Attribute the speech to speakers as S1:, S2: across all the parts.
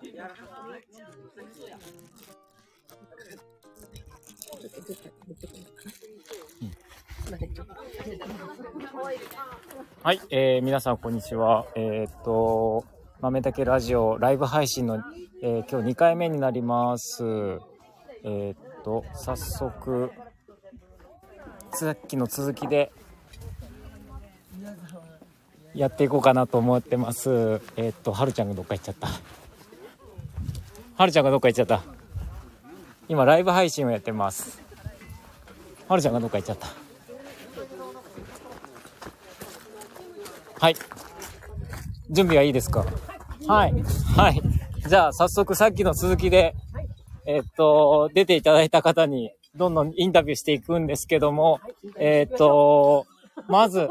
S1: やらない。嘘や。
S2: ちょっと出た、出てこないかな。すいません、ちょっと。
S3: はい、えー、皆さんこんにちは。えーっと、豆たけラジオライブ配信の、えー今日2回目になります。えーっと、早速、さっきの続きでやっていこうかなと思ってます。えーっと、はるちゃんがどっか行っちゃった。はるちゃんがどっか行っちゃった。今、ライブ配信をやってます。はるちゃんがどっか行っちゃった。はい。準備はいいですかはい。はい。じゃあ、早速さっきの続きで、えっと、出ていただいた方に、どんどんインタビューしていくんですけども、えっと、まず、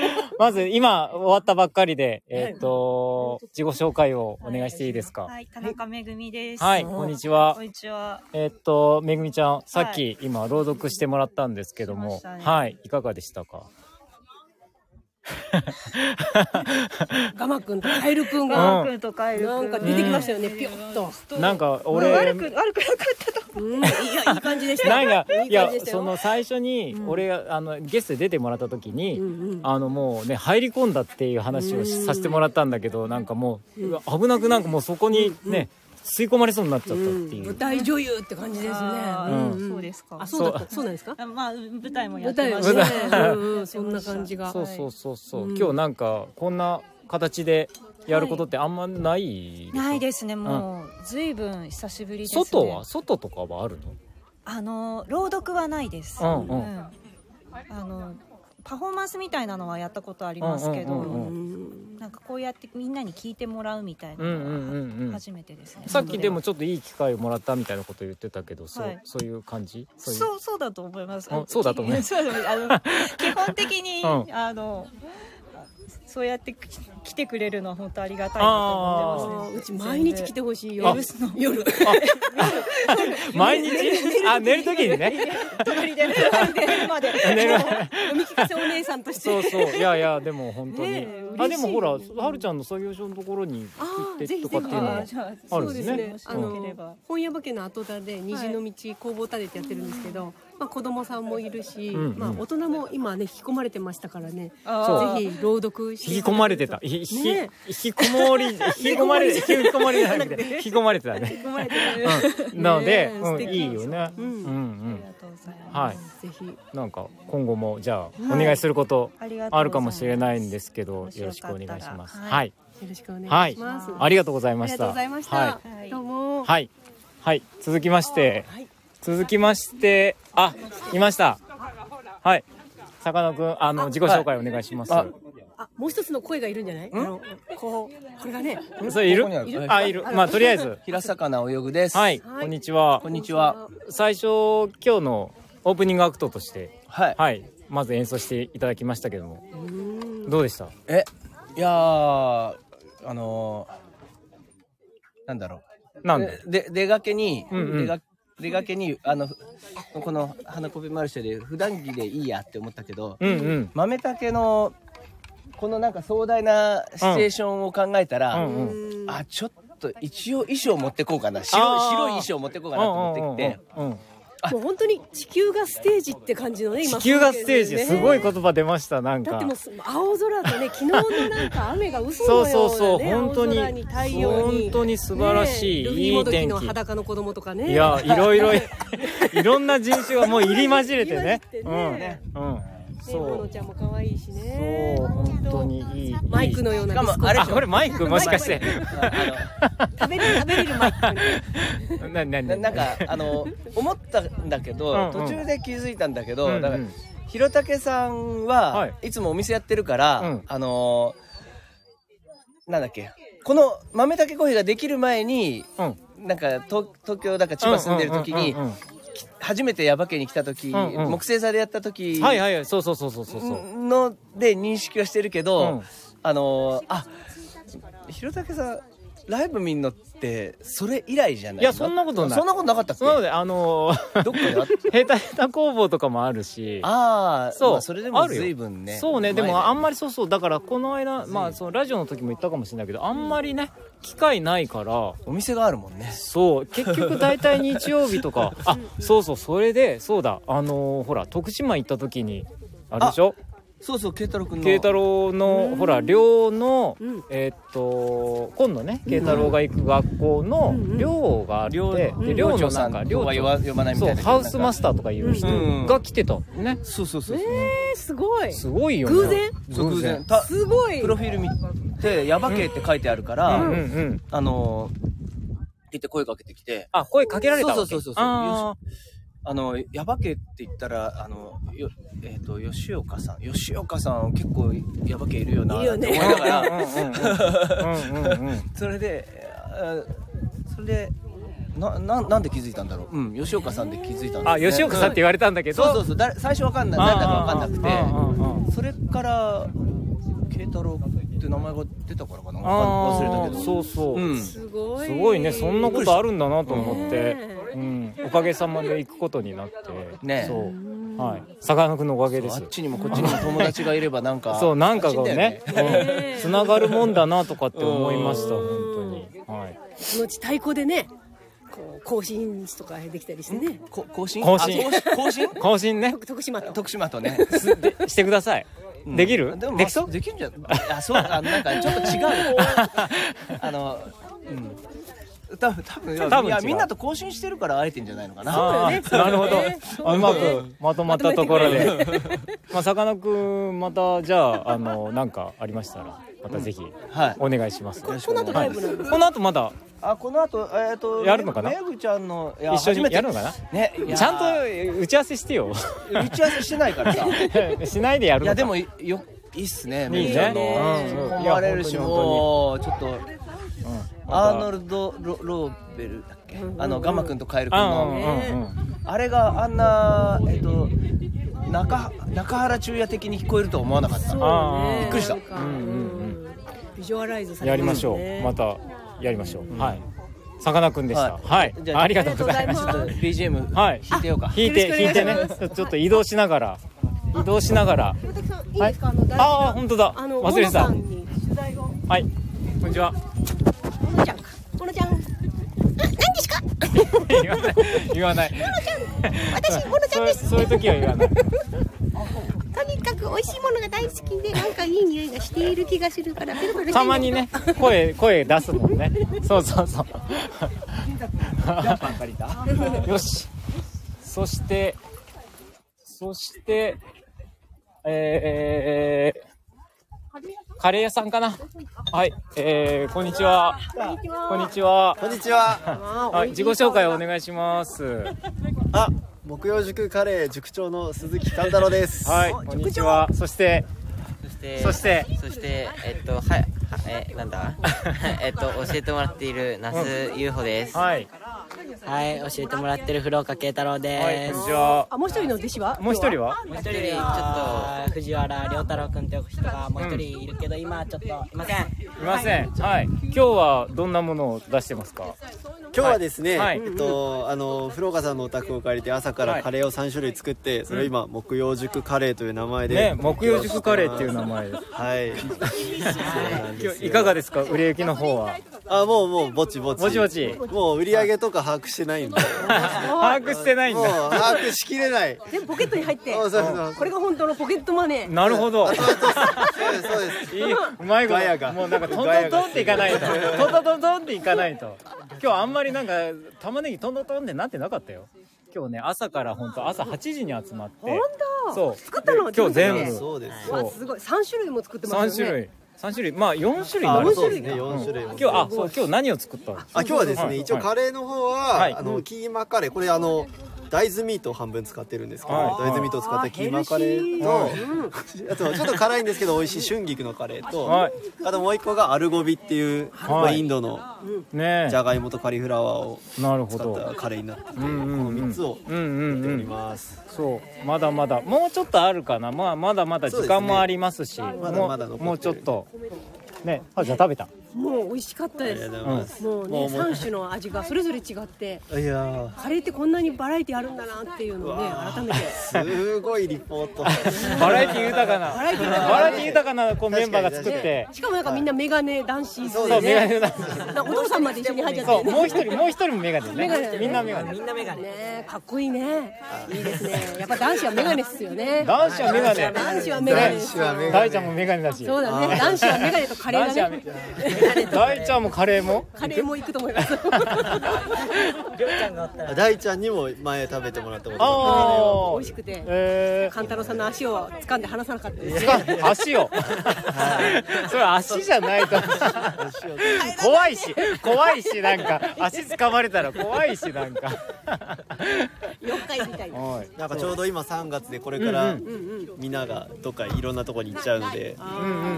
S3: まず今終わったばっかりで、えっと、自己紹介をお願いしていいですか
S4: はい、田中めぐみです。
S3: はい、こんにち
S4: こ
S3: は
S4: ん。にちは。
S3: えっと、めぐみちゃん、さっき今朗読してもらったんですけど
S4: し
S3: も
S4: まし、たね
S3: はい、いかがでしたか
S2: ガマくんとカエルくんが、
S4: ガーくんとカエルく。
S2: なんんか出てきましたよね、ぴょっと。
S3: なんか俺、
S4: 悪く、悪くなかったと思
S2: うん、いや、いい感じでした。
S3: なんか、い
S2: いい感
S3: や
S2: じで、した
S3: その
S2: よ。
S3: 最初に、俺が、あの、ゲストで出てもらった時に、
S2: んうん
S3: あの、もうね、入り込んだっていう話をしさせてもらったんだけど、なんかもう、うわ危なくなんかもうそこにね、吸い込まれそうになっちゃったって
S2: うん
S3: い
S2: 舞
S3: う。
S2: 台女優って感じですね。
S4: あ
S3: ー
S2: んん
S4: そうですか
S2: あ、そうだった。そうなんですか。
S4: あまあ、舞台もや
S2: 舞
S4: って
S2: 台
S4: ま
S2: は
S4: し
S2: ね
S4: た。
S2: うんうんそんな感じが。
S3: そうそうそうそう、
S2: うん
S3: 今日なんか、こんな形でやることってあんまないでしょ
S4: ないですね、もう、ずいぶん久しぶりです、ね。
S3: 外は外とかはあるの
S4: あの、朗読はないです。
S3: うんうん
S4: あの、パフォーマンスみたいなのはやったことありますけど、
S3: うんうんうん
S2: うん
S4: なんかこうやってみんなに聞いてもらうみたいな
S3: うんうん
S4: の
S3: うんうん
S4: は初めてですね。
S3: さっきでもちょっといい機会をもらったみたいなこと言ってたけど、そう、
S4: はい
S3: そういう感じそういう
S4: そうそうだと思います。。
S3: あそうだと思います
S4: そうだと思いますあの基本的に、
S3: うん
S4: あのそうやってき来てくれるのは本当ありがたいなと思
S2: あ
S4: ってます、
S2: ーうち毎 日来てほしい
S3: あ
S2: よ。 夜。
S3: 毎日あ、寝る時にね。
S4: 隣で隣で寝るまで。
S3: 寝る
S2: 読み聞かせお姉さんとして。
S3: そうそういやいやでも本当に、
S2: ねえ
S3: あ
S2: 嬉しい
S3: でもほらはるちゃんの作業所のところに行って
S2: あー
S3: とかっていうの
S4: あ
S3: は
S4: ーじゃあ
S3: あ
S4: そ
S3: る
S4: うん
S3: です
S4: です
S3: ね
S4: ね。
S2: あ
S4: もし
S2: の
S4: よければ。
S2: 本屋化けの後田で虹の道工房立ててやってるんですけど、まあ子供さんもいるし、
S3: うんうん
S2: まあ大人も今ね引き込まれてましたからね。
S4: あー
S2: ぜひ朗読して
S3: 引き込まれてたひひ
S2: ね
S3: 引きこもり引き込まれ引き込まれじゃなくて引き込まれてた
S2: え
S3: ね、
S2: 込まれてる
S3: うん、なので、
S2: ねえ
S3: う
S2: 素
S3: ん、
S2: 敵
S3: いいよね、う
S2: うんん
S3: うん
S4: ありがとうございます。
S3: はい
S2: ぜひ
S3: なんか今後もじゃあお
S4: はい
S3: 願いすること
S4: ありがとうございます
S3: あるかもしれないんですけど、
S4: もし
S3: よろ
S4: よかっ
S3: したく
S4: ら
S3: お願いします
S4: はい
S3: はい、
S2: よろしくお
S3: は
S2: 願い
S3: い
S2: します。
S3: ありがとうござい
S2: あ
S3: ま
S2: り
S3: し
S2: がとう
S3: た
S2: ございました。
S3: は
S4: はい
S2: どうも。
S3: い、はいはい、続きまして、
S2: はい
S3: 続きましてあいましたはいさかなクンあの自己紹介お願いします、
S5: あ
S2: あ、もう一つの声がいるんじゃない？あのこうこれがね。
S3: それいる
S5: ここにある
S3: あいるまあとりあえず
S5: 平坂な泳ぐです。
S3: はい、
S2: はい
S3: こんにちは
S5: こんにちは。
S3: 最初今日のオープニングアクトとして
S5: はい。
S3: はいまず演奏していただきましたけどもどうでした
S5: え、いやー、あのー、なんだろ
S3: なん
S5: う。
S3: で
S5: で、で出がけに、
S3: うんうん
S5: 出が出がけに、あの、ふこの花コピマルシェで普段着でいいやって思ったけど、
S3: うんうん
S5: 豆たけの、このなんか壮大なシチュエーションを考えたら、
S3: うんうん
S5: あ、ちょっと一応衣装持ってこうかな。
S3: あ
S5: 白
S3: ー
S5: い白い衣装持ってこうかなと思ってきて、
S3: うんうんうんうん
S2: もう本当に地球がステージって感じのね。今
S3: 地球がステージすごい
S2: ね
S3: 言葉出ましたなん
S2: だっ
S3: か
S2: てもうす青空とね昨日のなんか雨が嘘
S3: そうそう
S2: のような
S3: そう
S2: ね
S3: 本当に
S2: 青空に太陽に
S3: 本当に素晴らしい
S2: ねえ
S3: いい天気
S2: ルフィモドキの裸の子供とかね
S3: いやいろいろ いろんな人種がもう入り混じれてね
S2: 入り混じってね
S3: うんうん
S2: ねモ
S3: そ
S2: ノ
S3: う
S2: ちゃんも可愛いしね
S3: そう本当にいい
S2: マイクのようなディスコ
S5: しかもあれ
S3: あこれマイクもしか して
S2: 食べれる食べれるマイク
S3: なな
S5: な
S3: な
S5: なんかあの思ったんだけど、
S3: うんうん
S5: 途中で気づいたんだけ
S3: う
S5: ど、
S3: んうん
S5: だからひろたけさんは、
S3: はい
S5: い、つもお店やってるから、
S3: うん
S5: あのなんだっけこの豆たけコーヒーができる前に
S3: うん
S5: なんか東東京だか千葉住んでる時に
S3: うんうんうんうん
S5: 初めて矢場家に来た時、
S3: うんうん
S5: 木製座でやった時
S3: はいはいはいそうそうそうそうそうそう
S5: ので認識はしてるけど、
S3: うん
S5: あのあひろたけさんライブ見んのってそれ以来じゃない
S3: いやそんなことない
S5: そんなことなかったっけ
S3: そうで、あのー、
S5: どっかであっ
S3: ヘタヘタ工房とかもあるし。
S5: ああ
S3: そう、
S5: まあそれでも
S3: あるよ
S5: 随分ね
S3: そうねでもあん
S5: ま
S3: まりそうそうだからこの間まあそのラジオの時も言ったかもしれないけどあんまりね機会ないから
S5: お店があるもんね
S3: そう結局大体日曜日とか あそうそうそれでそうだあのーほら徳島行った時にあれでしょ
S5: そうそう慶太郎君の
S3: 慶太郎のほら寮の、
S2: うん
S3: えーっと今度ね慶太郎が行く学校の
S2: うんうん
S3: 寮があって、
S5: 寮の
S3: で
S5: 寮
S3: 寮
S5: 長
S3: の
S5: さ
S3: なんんか
S5: 寮
S3: 寮
S5: は呼
S3: 長
S5: ば呼ばないみた
S3: そ
S5: いうな
S3: ハウスマス
S5: タ
S3: ターとかいう人
S5: うん
S3: が来てたね
S5: ーそうそうそうそう
S2: えー、すごい。
S3: すごいよね
S2: 偶然
S5: そう偶然た
S2: すごい
S5: プ。ロフィール見て「ヤバ系」って書いてあるから、
S3: うんうんうん
S5: あのー行って声かけてきて
S3: あ声かけられたわけ
S5: そうそうそうそう
S3: あー
S5: 「あのヤバ系」って言ったらあのよえっ、と吉岡さん吉岡さん結構ヤバ系いるよないっ
S2: る
S5: て
S2: よ
S5: 思
S2: ね
S5: いながら、
S3: うんうんうんうんうんうん
S5: それであそれでなななんで気づいたんだろううん吉岡さんで気づいたんだ
S3: あ吉岡さんって言われたんだけど
S5: そうそうそう誰最初わかんない誰だかわかんなく
S3: あーあーあーあ
S5: てそれから慶太郎って名前が出たからかなわかん忘れたけど
S3: そうそう、
S5: うん
S2: すごい。
S3: すごいねそんなことあるんだなと思って
S2: ね、
S3: うん、おかげさまで行くことになって
S5: ね
S3: そうはいさかなクンのおかげで
S5: あ
S3: す
S5: っちにもこっちにも友達がいればなんか
S3: そうなんか
S5: 安
S3: が
S5: 心だよ
S3: ね
S2: ね
S3: つながるもんだなとかって思いました本当にはい
S2: そのうち太鼓でね、こう更新とかできたりしてね。
S5: こ更新
S3: 更新
S5: あ更新更新
S3: 更新ね
S2: 徳徳島と。
S5: 徳島とね
S3: してください できる
S5: でもまあ
S3: できそう
S5: できるんじゃないあそうあなんかちょっと違うあのうん多分多分いや
S3: 多分
S5: いや
S3: 違う
S5: みんなと更新してるから会えてんじゃないのかな
S3: あーなるほど
S2: ね
S3: あうまくまとまったところでまあさかなクンまたじゃああのなんかありましたらまたぜひ
S5: はい
S3: お願いしますこ
S5: この後
S2: ライブなんです
S3: この後まだ
S5: あこの後えっ、と
S3: やるのかな
S5: めぐちゃんのいや
S3: 一緒
S5: 初め
S3: に
S5: て
S3: やるのかな
S5: ねいや
S3: ちゃんと打ち合わせしてよ
S5: 打ち合わせしてないか らさい
S3: しないでやるの
S5: や
S3: か
S5: でもいよいいっすね
S3: いいね
S5: めぐちゃんの
S3: うんうん
S5: 思われるし
S3: いや
S5: も
S3: 本
S5: うちょっと
S3: うん
S5: アーノルドロローベルだっけあのガマくんとカエルくん
S3: あう
S5: の
S3: んうんうん
S5: あれがあんなえっ、と中中原中也的に聞こえるとは思わなかった
S3: あー
S5: びっくりした
S2: なんか
S3: うんうんうん
S2: うんビジュアライズされ
S3: やり
S2: て
S3: ましょう
S2: ね
S3: またやりましょうはいさかなクンでした
S5: はい
S3: はい
S5: じゃあ
S3: ありがとうございまし
S5: ちょ
S3: た
S5: っと BGM
S3: はい
S5: 弾いてようか
S3: 引いて
S2: よろしくお
S3: 引
S2: 願
S3: い
S2: いして
S3: ね
S2: ます
S3: ちょっと移動し弾いてねちょっと移動しながら移動しながら
S6: 岩崎さん、いいですか、あの、大事
S3: ああ本当だ
S2: あの
S3: 忘れてた
S2: モノさんに
S6: 取材を。
S3: はいこんにちは
S6: モノちゃんか。モノちゃん。あ、何です か。
S3: 言わない言わない
S6: 私、モノちゃんです。
S3: そうそういう時は言わない
S6: とにかく美味しいものが大好きで、なんかいい匂いがしている気がするから。ペロペロして
S3: たまにね声声出すもんねそうそうそうよしそしてそしてえー、カレー屋さんかなはいえー、こんにちはこんにちは
S7: こんにちは。
S3: はい自己紹介をお願いします
S7: あ、木曜塾カレー塾長の鈴木貫太郎です。
S3: はいこんにちはそして
S8: そして、
S3: そして
S8: そしてえっと、はい、はえ、なんだ えっと、教えてもらっている那須優穂です。は
S3: はい
S8: い、教えてもらってる古岡慶太郎
S3: はい
S8: で
S3: こんに
S8: す。
S3: ちは
S2: あもう一人の弟子は
S3: もう一人は
S8: もう一人、ちょっと、藤原良太郎君という人がもう一人いるけど、今ちょっといません。
S3: いませんはい今日はどんなものを出してますか
S7: 今日はですね、
S3: はい
S7: えっとあの古岡さんのお宅を借りて朝からカレーを三種類作って、それを今木曜塾カレーという名前で、
S3: ね木曜塾カレーっていう名前です
S7: はい。そうなん
S3: 今
S7: です
S3: 日
S7: よ
S3: いかがですか売れ行きの方は
S7: あ、もうもうぼちぼち。
S3: ぼちぼち
S7: もう売り上げとか把握してないんで、
S3: 把握してないん
S7: もう
S3: だ
S7: 把握しきれない。
S2: 全部ポケットに入って
S7: そうそうそう。
S2: これが本当のポケットマネー
S3: なるほど
S7: そうですそうです。
S3: いいうまいこ
S7: ガヤ
S3: と
S7: が
S3: もうなんかトントントンっていかないとトントントントンっていかないと今日あんまりなんか玉ねぎトントントンってなってなかったよ今日ね朝から本当朝8時に集まって
S2: 本当
S3: そう
S2: 作ったの
S3: で今日全
S2: 自分で
S3: 部
S7: そうです。
S2: わ
S3: そう
S2: すごい三種類も作ってますよ
S3: 3種
S2: ね
S3: 類3種類まあ4種類に
S7: あ
S3: なる
S7: そうですね、四種類も。
S3: 今日あそう今日何を作ったの
S7: あ今日はです
S3: は
S7: ね
S3: い
S7: 一応カレーの方は、
S3: はい
S7: あ
S3: う
S7: の
S3: ん
S7: キーマカレーこれあの大豆ミートを半分使ってるんですけど、
S3: はい
S7: 大豆ミートを使ったキーマカレーと
S3: はい
S7: あとちょっと辛いんですけど美味しい春菊のカレーと、
S3: はい
S7: あともう一個がアルゴビっていう、まあインドの
S3: ね
S7: じゃがいもとカリフラワーを
S3: えなるほ
S7: 使っ
S3: ど
S7: たカレーになってて、
S3: うんうんうん
S7: 3つを
S3: うんうん
S7: や
S3: う
S7: っており
S3: ん
S7: ます、
S3: そうまだまだもうちょっとあるかなまあまだまだ時間もありますしも
S7: まだまだ
S3: う
S7: 残ってる
S3: もうちょっとねあじゃあ食べた
S2: もう美味しかったで
S7: あり
S2: す
S7: がとうございます
S2: もうね
S7: もうもう
S2: 3種の味がそれぞれ違って
S7: いやー
S2: カレーってこんなにバラエティあるんだなっていうのをね改めて
S7: すごいリ ポート
S3: バラエティ豊かな、
S2: バラエティ豊かな
S3: バラエティ豊かなこうメンバーが作って
S2: ね、しかもなんかみんなメガネ男子
S7: そ
S3: そ
S7: うで
S3: う、
S7: す
S3: メガネ
S2: ね
S3: だ。
S2: なんかお父さんまで一緒に入っちゃって
S3: そう、
S2: ね
S3: もう一人、もう一人もメガネ
S2: メガネだ
S3: ね。
S2: ね
S3: みんなメガネ。
S1: なメガネ。
S2: ねかっこいいねいいですねやっぱ男子はメガネっすよね
S3: 男子はメガネ。
S2: 男子はメガネ
S7: 男子はメガネ
S3: 大ちゃんもメガネだし。
S2: そうだね男子はメガネとカレー
S3: 男子
S2: だ
S3: は
S2: ね
S3: メ大ちゃんもカレーも
S2: カレーも行くと思います
S7: 大ちゃんにも前食べてもらったこと
S3: ああ。
S2: 美味しくて
S3: え
S2: 勘太郎さんの足を掴んで離さなかったです
S3: ー、
S2: ね
S3: つか足を。それ足じゃないと。怖いし、怖いし、なんか、足掴まれたら怖いし、なんか。
S2: 妖怪みたいな
S3: おい
S7: なんかちょうど今3月でこれからみんながどっかいろんなとこに行っちゃうので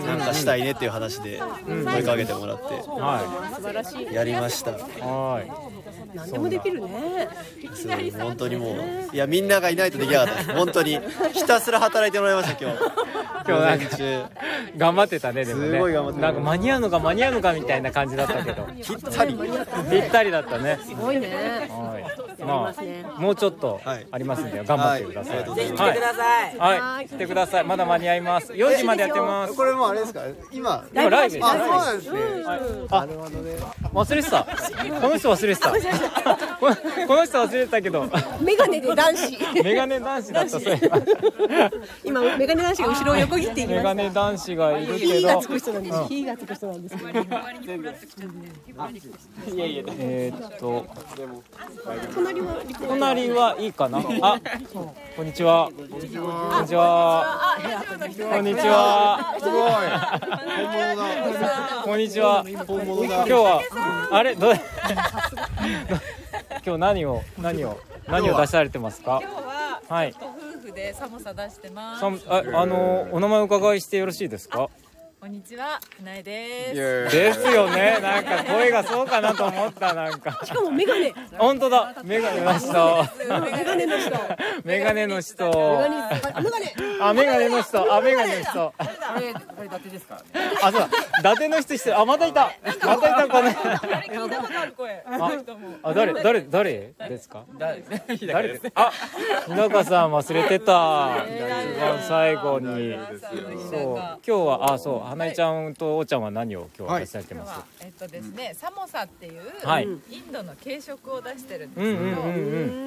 S7: なんかしたいねっていう話で声かけてもらっ
S3: は
S2: 素晴らしい
S7: てやりました
S3: い。は
S2: 何でもできるね
S7: すごい本当にもういやみんながいないとできなかったです本当にひたすら働いてもらいました今日
S3: い。今日なんか
S7: 午。前中
S3: うん頑張ってたねでもね
S7: すごい頑張ってた
S3: なんか間に合うのか間に合うのかみたいな感じだったけど
S7: ぴったり
S3: ぴったりだったね
S2: すごいね
S3: はい
S2: り
S3: ま
S2: ますね
S3: あもうちょっと
S7: はい
S3: ありますんで頑張ってください
S7: はいありがとうござい
S1: 来
S7: ま
S1: て
S7: す
S1: ください。
S3: はい、はい来てくださいまだ間に合います4時までやってます
S7: これもうあれですか今
S3: 今ライブです
S7: あそうなんですね
S3: あ忘れてたこの人忘れてたこのこの人忘れてたけど
S2: メガネで男子
S3: メガネ男子だったそういえば
S2: 今メガネ男子が後ろを横切っていき
S3: メ
S2: ま
S3: ガ
S2: す
S3: ネ男子がいるけ
S2: 火がつ
S3: ど
S2: く人なんです火がつく人なんですけど
S3: えーっと隣はいいかなあこんにちはこんにちはこんにちはすごいこんにちは今日はあれどう 今日何を何を何を出されてますかはい
S9: 夫婦で寒さ出してます。
S3: さんああのお名前お伺いしてよろしいですか
S9: こんにちは、なえです。
S3: ですよねなんか声がそうかなと思ったなんか
S2: しかもメガネ
S3: 本当だメガネの人
S2: メガネの人
S3: メガネの人
S2: あメガネ
S3: あメガネの人あメガネの人あそうだ伊達の人してあまたいたまたいたこの
S9: あれ聞いたことある声。
S3: あ誰誰誰ですか誰ですあ日高さん忘れてた一番最後にそう今日はあそう花井ちゃんとおちゃんは何を今日は出されて
S9: 今
S3: ま
S9: 日
S3: す
S9: はえっとですね、サモサっていう、
S3: はい
S9: インドの軽食を出してるん
S3: うん
S9: で
S3: うんうんう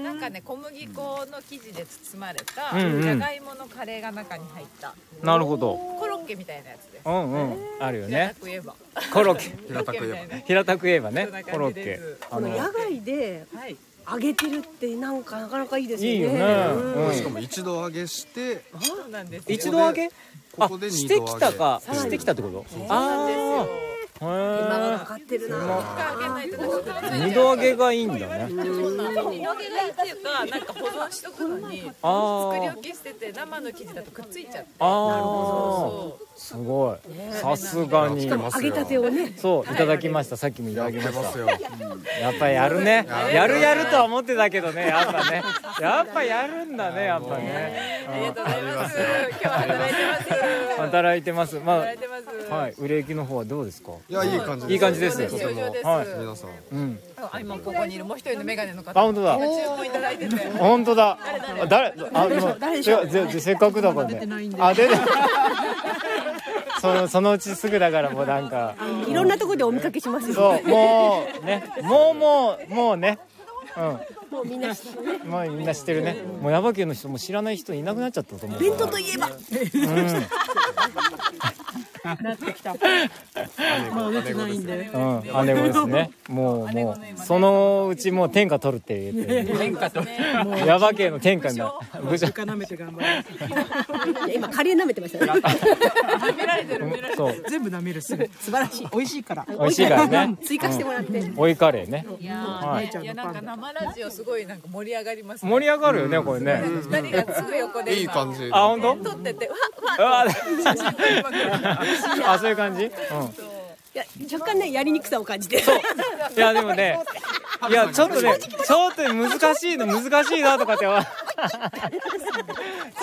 S3: ん
S9: す。なんかね、小麦粉の生地で包まれた、
S3: うんうん
S9: じゃがいものカレーが中に入った。
S3: なるほど
S9: コロッケみたいなやつです。
S3: うんうんあるよ
S9: 平た
S3: ね
S9: く言えば。
S3: コロッケ
S9: 平たく言えば。
S3: 平たく言えばね
S9: そんな感じ
S3: コロッケ
S9: です
S3: あ
S2: この
S3: の
S2: 野外で
S9: はい。
S2: 揚げてるってなんかなかなかいいですよね
S3: いいよね、
S2: うん
S3: うん
S10: も一度上げして
S9: そうなんですよ。
S3: 一度揚げ
S10: ここで
S3: あ
S10: 二
S3: して
S10: 度揚げ
S3: きたかしてきたってことあ
S2: 手間が
S3: あ
S2: かかってるな
S9: 揚げないとなんかくっついちゃう
S3: 二度揚げがいいんだね
S9: 二度揚げがいいっていうか、なんか保存しとくのに。
S3: あ
S9: 作り
S3: ー
S9: 置きしてて生の生地だとくっついちゃって
S3: あ
S9: そ
S3: ーすごいさすがに
S2: 揚げたてをね
S3: そういただきましたさっきもいただきま
S10: ま
S3: し
S10: す
S3: た
S10: よ
S3: やっぱやるねやるやるとは思ってたけどねやっぱねやっぱやるんだねやっぱね
S9: うありがとうございます今日は働いてます
S3: 働いてますま
S9: 働いてます
S3: あはい売れ行きの方はどうですか
S10: いやいい感じ
S3: いい感じです
S9: 上々です、
S3: はい
S10: 皆さん
S3: うん
S9: あ今ここにいるもう一人のメガネの方
S3: あ本当だ
S9: 今注文いただいてて
S3: 本当だ。あ誰あでもいやぜぜせっかくだからね。あ出て。そのそのうちすぐだからもうなんか。
S2: いろんなところでお見かけしますよ
S3: そ
S2: ね
S3: うもうねもうもうもうね。
S2: もうみんな知ってるね
S3: うん。まあみんな知ってるね。もうヤバ系の人も知らない人いなくなっちゃったと思う。
S2: 弁当といえば
S3: うん。姉子ですね。もうもうそのうちもう天下取るって言って。天下取る。ヤバ系の天下になる。部長
S2: 今カレー舐めてましたね
S3: そう
S11: 全部舐めるすぐ素晴らしい美味しいから
S3: 美味しいからね。
S2: 追加してもらって
S3: 追いカレーね。
S9: いやー、
S3: はい
S9: い、やなんか生ラジオすごいなんか盛り上がります
S3: 盛り上がるよねこれね。
S9: 二人がすぐ横で
S10: いい感じ
S3: あ本当。
S9: 撮っててわっ
S3: う
S9: わっ
S3: わ あそういう感じ、うん、い
S2: いや若干ねやりにくさを感じて そう
S3: やでもねいやちょっとねちょっと難しいの難しいなとかってわ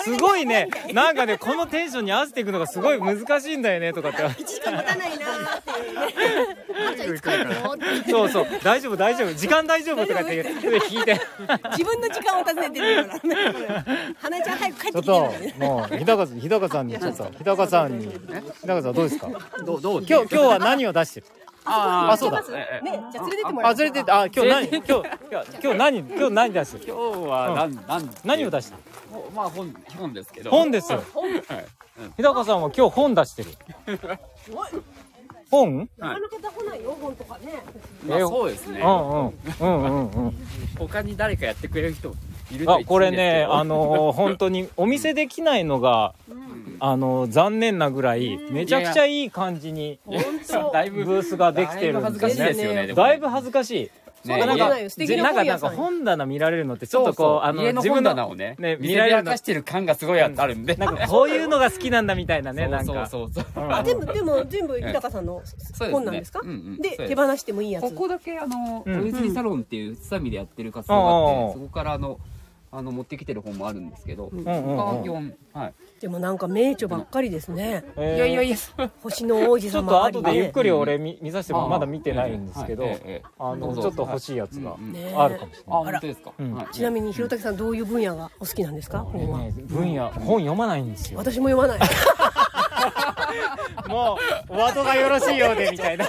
S3: すごいね。なんかね、このテンションに合わせていくのがすごい難しいんだよね、とかって。
S2: 時間持たないなーってあんちゃんいつ帰るのって
S3: そうそう、大丈夫、大丈夫、時間大丈夫とかって言って聞いて。
S2: 自分の時間を尋ねてるような花ちゃん早く帰っ
S3: ちょっ
S2: てきて
S3: と
S2: よ、
S3: もう、日高さん、日高さんに、ちょっと、日高さんに、日高さんどうですか
S10: どう、どう
S3: 今日、今日は何を出してる
S10: あ
S3: あそうだ
S10: 行きます
S2: ねじゃあ連れてってもら
S3: あ、
S2: え
S3: 連
S2: ます
S3: れてって、あ、 今日何今日、今日何、今日何出してる
S10: 今日は何、何
S3: 何を出してる
S10: ほまあ本本ですけど
S3: 本ですよ
S10: はい、
S3: 日高さんは今日本出してる。本
S10: は
S2: 他
S10: い
S2: の方来ないよ本とかね
S10: まあそうですね
S3: うんうん。うんうんうん。
S10: 他に誰かやってくれる人いるといいんですけど
S3: あこれね、あのー本当にお見せできないのが、あのー残念なぐらい、めちゃくちゃいい感じに ブ
S10: だいぶ
S3: ースができてるん
S10: だいぶ恥ずかしいですよねでもね
S3: だいぶ恥ずかしい。
S10: ね
S3: なんか
S10: いや素
S3: ぜ
S10: 敵な
S3: なんかなん
S10: 本屋
S3: か
S10: さん
S3: 本棚見られるのってちょっとこうあの
S10: 家の
S3: 自分
S10: 本
S3: の
S10: 棚をね
S3: ね
S10: 見
S3: 見
S10: ら
S3: られる
S10: れるか
S3: の
S10: してる感がすごいあるんで
S3: なんかこういうのが好きなんだみたいなねなん
S10: そう
S3: か
S10: そうそうそう
S3: うん
S10: あ
S2: 全部でも全部日高さんの
S10: すね
S2: 本なんですか
S10: うんうん
S2: で
S10: そうです
S2: 手放してもいいやつ
S10: ここだけあの
S3: うん
S10: おゆずりサロンっていうつさみでやってる活動があ
S3: うん
S10: ってそこからあのあの持ってきてる本もあるんですけど
S2: ん
S10: 他は基
S2: う
S10: 本はい
S2: でもなんか名著ばっかりですね
S3: いやいやい
S10: や
S2: 星の王子
S3: ちょっ
S2: 様
S3: と
S2: あり
S3: 後でゆっくり俺
S2: ね
S3: 見見させてもまだ見てないんですけど、
S10: ああええええ
S3: あ
S10: ど
S3: の
S10: うぞ
S3: ちょっと欲しいやつが
S10: うんうん
S2: ね
S3: あるかもしれ
S10: あ
S3: ない。
S10: 本当ですかはい
S2: ちなみに弘武さんどういう分野がお好きなんですか本は
S3: ね分野本読まないんですよ。
S2: 私も読まない
S3: もうお後がよろしいようでみたい な。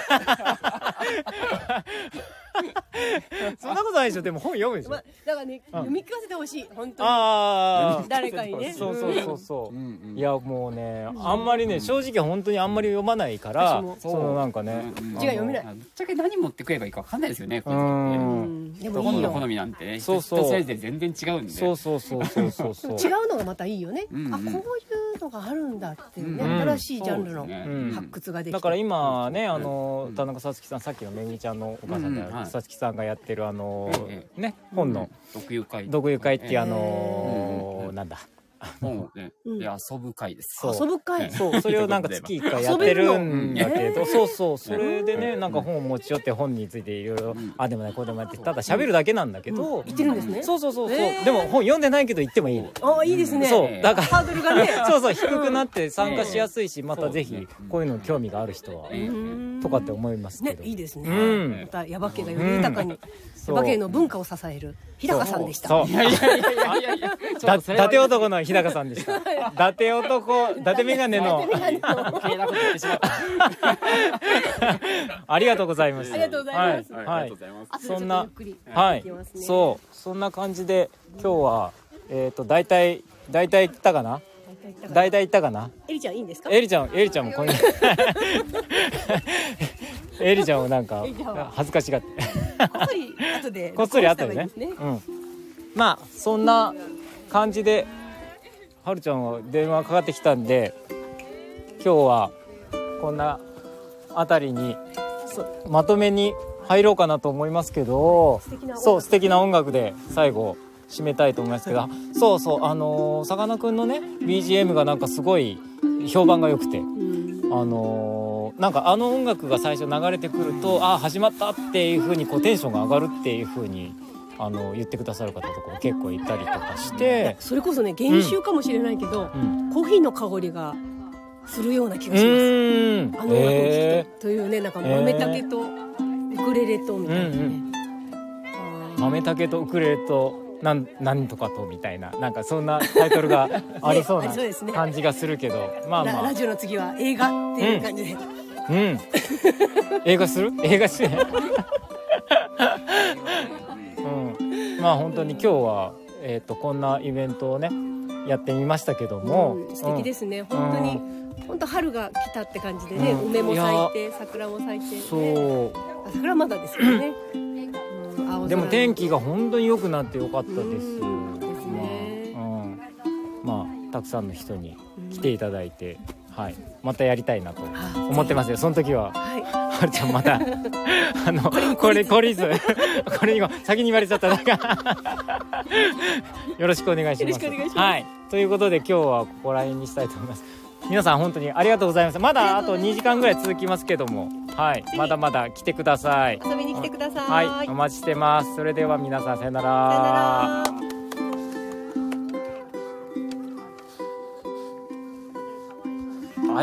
S3: そんなことないでしょ。でも本読むでしょ。
S2: まあだからね読み聞かせてほしい本当に
S3: ああ。
S2: 誰かにね
S3: そうそうそうそう。
S10: うんうん
S3: いやもうねあんまりね正直本当にあんまり読まないから
S2: 私も
S3: そのなんかね
S10: うんうん
S2: 字が読めない
S10: あのぶっちゃけ何持ってくればいいかわかんないですよねこ
S3: う
S10: れ
S3: ん
S2: でもい
S10: 本
S2: い
S10: の
S2: よ
S10: 好みなんてね
S3: そうそ
S10: 人
S3: う
S10: 人それぞれ全然違うんで
S3: そうそうそうそうそう そう
S2: 違うのがまたいいよね、
S10: うんうん
S2: あこういうのがあるんだっていうね、
S3: うん
S2: 新しいジャンルの
S10: そうですね
S3: うん
S2: 発掘ができて、
S3: だから今ねあの田中さつきさんさっきのめぐみちゃんのお母さんであ
S10: うんうんは
S3: る
S10: い
S3: さつきさんがやってるあの
S10: え
S3: ね本の
S10: 独遊会
S3: 独遊会っていうあ
S10: うんうん
S3: の
S10: うん
S3: なんだ
S10: 本をね
S2: うん
S10: で遊ぶ会です
S3: そう
S2: 遊ぶ会、
S3: そう、それをなんか月1回やってるんだけど、
S2: 遊べるの
S3: そうそう、それでね、なんか本を持ち寄って本についていろいろ、あ、でもね、こうでもやって、ただ喋るだけなんだけど、
S2: 言ってるんですね
S3: そうそうそう、そう
S2: えー
S3: でも本読んでないけど行ってもいい。
S2: ああいいですね
S3: そう、だから、
S2: ハードルがね
S3: そうそう、低くなって参加しやすいし、またぜひ、こういうの興味がある人は、
S10: ええ
S3: とかって思いますけ
S2: ね
S3: ど。
S2: いいですね、
S3: うん
S2: またヤバ家がより豊かに、
S3: そ
S2: ヤ
S3: う
S2: バ家の文化を支える日高さんでした
S3: そう。
S10: いやいやいやいやいやちょ
S3: だ
S10: っ
S3: 伊
S10: とそれは
S3: 達男の日高さんで した。伊達男、伊達メガネの、
S10: 余計なこと言ってしまった
S3: ありがとうございました。
S2: ありがとうございます
S3: は
S10: はいい、
S3: は
S10: あ
S3: い
S10: りがとうございます。
S3: そんな
S2: ちょっとゆっくり
S3: はい
S2: できます、ね
S3: そう、そんな感じで、今日は、えっ、と、大体、大体行ったかな。大体行ったかな。
S2: えりちゃんいいんですか
S3: エリちゃん、エリちゃんも こんに。エリちゃんをなんか
S2: エリちゃんは、
S3: 恥ずかしがって。
S2: こっそり後で
S3: こっそり後でね。
S2: 録音したらいいです
S3: うん。まあ、そんな感じで、はるちゃんは電話かかってきたんで、今日はこんなあたりにそまとめに入ろうかなと思いますけど、
S2: 敵な音楽
S3: そう素敵な音楽で最後締めたいと思いますけど、そうそうあのーさかなクンのね BGM がなんかすごい評判が良くて。あのーなんかあの音楽が最初流れてくると、ああ始まったっていう風にこうテンションが上がるっていう風にあの言ってくださる方とかも結構いたりとかして、
S2: それこそね減酒かもしれないけど、
S3: うん、
S2: コーヒーの香りがするような気
S3: う
S2: がします、
S3: ーん
S2: あの音楽を聴
S3: え
S2: くとというねなんか豆たけとウクレレとみたいなね、
S3: うんうー豆たけとウクレレとなんなんとかとみたいななんかそんなタイトルがありそう
S2: ねあ
S3: な
S2: り そうですね
S3: 感じがするけど、まあ
S2: ラ
S3: ま
S2: ラジオの次は映画っていう感じで、
S3: あうん映画する 映画しないうんまあ本当に今日はえっ、とこんなイベントをねやってみましたけども、
S2: うん素敵ですすね、本当に、本当春が来たって感じでね、
S3: うん
S2: 梅も咲いて桜も咲いて、
S3: そう
S2: あ桜まだですよね、うん青空
S3: でも天気が本当に良くなって良かったですよ。
S2: うんですね
S3: まあうん、まあたくさんの人に来ていただいて、はい、またやりたいなと
S2: あ
S3: 思ってますよ。その時は
S2: はい
S3: はるちゃんまたあのこれこれずこれ今先に言われちゃったなんかよろしくお願いします。
S2: よろしくお願いします
S3: はい、ということで今日はここら辺にしたいと思います。皆さん本当にありがとうございます。まだあと2時間ぐらい続きますけども、はい、まだまだ来てください。
S2: 遊びに来てください、
S3: はい、お待ちしてます。それでは皆さんさよなら。
S2: さよなら